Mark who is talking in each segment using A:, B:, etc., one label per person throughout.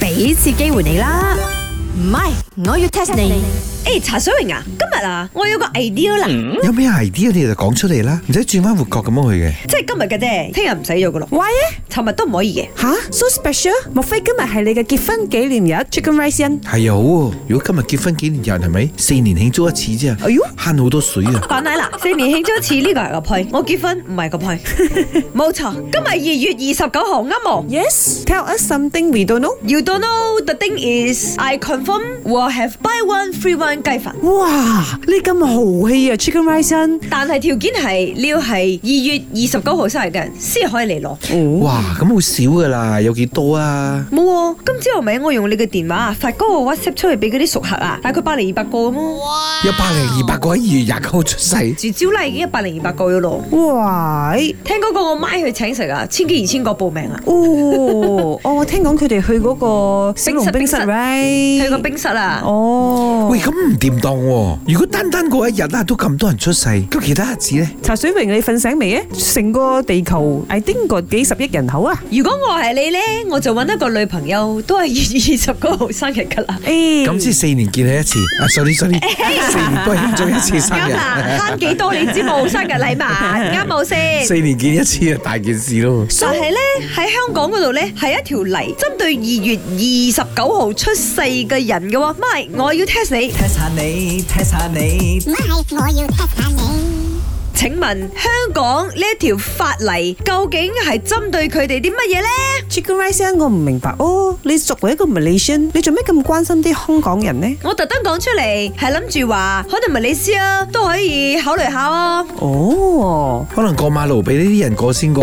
A: 俾次機會你啦。唔係，我要 test 你。
B: 誒，茶水榮啊，今日啊，我有個 idea 啦，
C: 有咩 idea 你就講出嚟啦，唔使轉彎抹角咁樣去嘅。
B: 即係今日嘅啫，聽日唔使咗噶咯，
D: Why 咧？
B: 尋日都唔可以嘅。
D: 吓，so special？莫非今日係你嘅結婚紀念日？Chicken rice in？
C: 係啊，好喎如果今日結婚紀念日係咪？四年慶祝一次啫，
B: 哎喲
C: 慳好多水啊！
B: 反奶啦，四年慶祝一次呢個係個 point，我結婚唔係個 point，冇錯。今日二月二十九號啱冇
D: Yes, tell us something we don't know。
B: ？You don't know the thing is I confirm will have buy one free one 雞飯，
D: 哇，你咁豪氣啊，Chicken à, rice in？
B: 但係條件係你要係二月二十九號生日嘅人先可以嚟攞。
D: 哦
C: 哇，咁好少噶啦，有幾多啊？
B: 冇喎，今朝後咪我用你嘅電話啊發嗰個 WhatsApp 出去俾嗰啲熟客啊，大概百零二百個咁咯。
C: 一百零二百個喺二月廿九號出世，
B: 住招啦已經一百零二百個咗咯。
D: 哇，
B: 聽講個我媽去請食啊，千幾二千個報名啊，
D: 哦，哦，我聽講佢哋去嗰個小龍
B: 冰
D: 冰室
B: 室
D: right？
B: 去個冰室啊。
D: 哦，
C: 喂，咁唔掂當喎！如果單單嗰一日啊，都咁多人出世，咁其他日子呢？
D: 茶水榮，你瞓醒未啊？成個地球，I think 個幾十億人口啊！
B: 如果我係你呢，我就揾一個女朋友，都係二月二十 九號生日噶啦。
D: 誒
C: 咁先四年見你一次。啊，sorry sorry，四年都係慶祝一次生
B: 啱
C: 日，
B: 啦，慳幾多你知冇生日禮物，啱冇先。
C: 四年見一次啊，大件事咯。
B: 但係呢，喺香港嗰度呢，係一條例針對二月二十九號出世嘅人嘅喎。咪，我要 test 你。
E: test 下你，test 下你
F: 唔係，我要 test 下你。
B: 請問香港呢一條法例究竟係針對佢哋啲乜嘢呢？
D: Chicken rice in，我唔明白哦。你作為一個 Malaysian，你做咩咁關心啲香港人呢？
B: 我特登講出嚟係諗住話，可能咪你知啊，都可以考慮下哦。
D: 哦，
C: 可能過馬路俾呢啲人過先啩？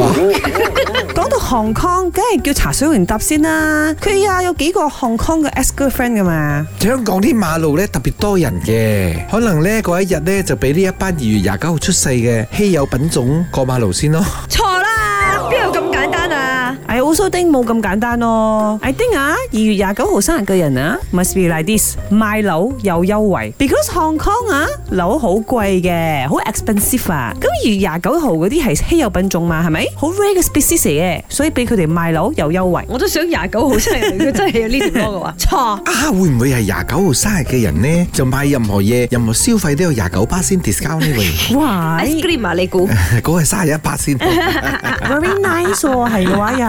D: 講到 Hong Kong，梗係叫茶水榮答先啦。佢啊有幾個 Hong Kong 嘅 ex girlfriend 噶嘛？
C: 香港啲馬路咧特別多人嘅，可能咧嗰一日咧就俾呢一班二月廿九號出世嘅稀有品種過馬路先咯。
B: 錯啦，邊有咁簡單啊？
D: I also think 冇咁簡單咯。I think 啊，二月廿九號生日嘅人啊，must be like this，賣樓有優惠，because Hong Kong 啊樓好貴嘅，好 expensive 啊。咁二月廿九號嗰啲係稀有品種嘛，係咪？好 rare 嘅 species 嚟嘅，所以俾佢哋賣樓有優惠。
B: 我都想廿九號生日，如果真係有呢條歌嘅話，錯。
C: 啊，會唔會係廿九號生日嘅人呢？就買任何嘢、任何消費都有廿九巴先 discount 呢？喂，
D: 哇
B: ice cream 啊，你估？
C: 嗰個係三十一巴先，得
D: ，very nice 喎，係嘅話又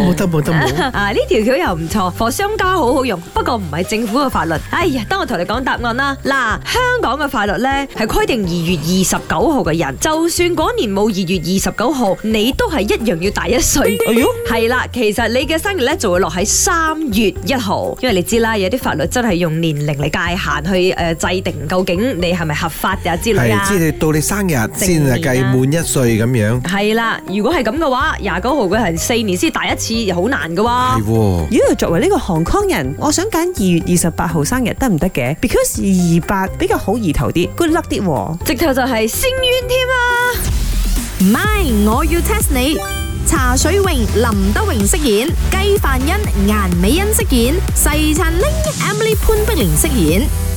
C: 冇得冇得冇。
B: 啊，呢條橋又唔錯，貨商家好好用，不過唔係政府嘅法律。哎呀，等我同你講答案啦。嗱，香港嘅法律呢，係規定二月二十九號嘅人，就算嗰年冇二月二十九號，你都係一樣要大一 歲。
C: 哎
B: 係啦，其實你嘅生日呢就會落喺三月一號，因為你知啦，有啲法律真係用年齡嚟界限去誒、呃制定，究竟你係咪合法呀之類啊
C: 係，。即係到你生日先係計滿一歲咁樣。
B: 係啦，如果係咁嘅話，廿九號嘅人四年先大一次，又好難嘅喎
C: 係。喎，
D: 如果作為呢個航空人，我想揀二月二十八號生日得唔得嘅？Because 二二八比較好意頭啲，good luck 啲喎。
B: 直頭就係星冤添啊！
A: 唔係，我要 test 你。茶水榮、林德榮飾演，雞凡欣、顏美欣飾演，細陳玲、Emily 潘碧玲飾演。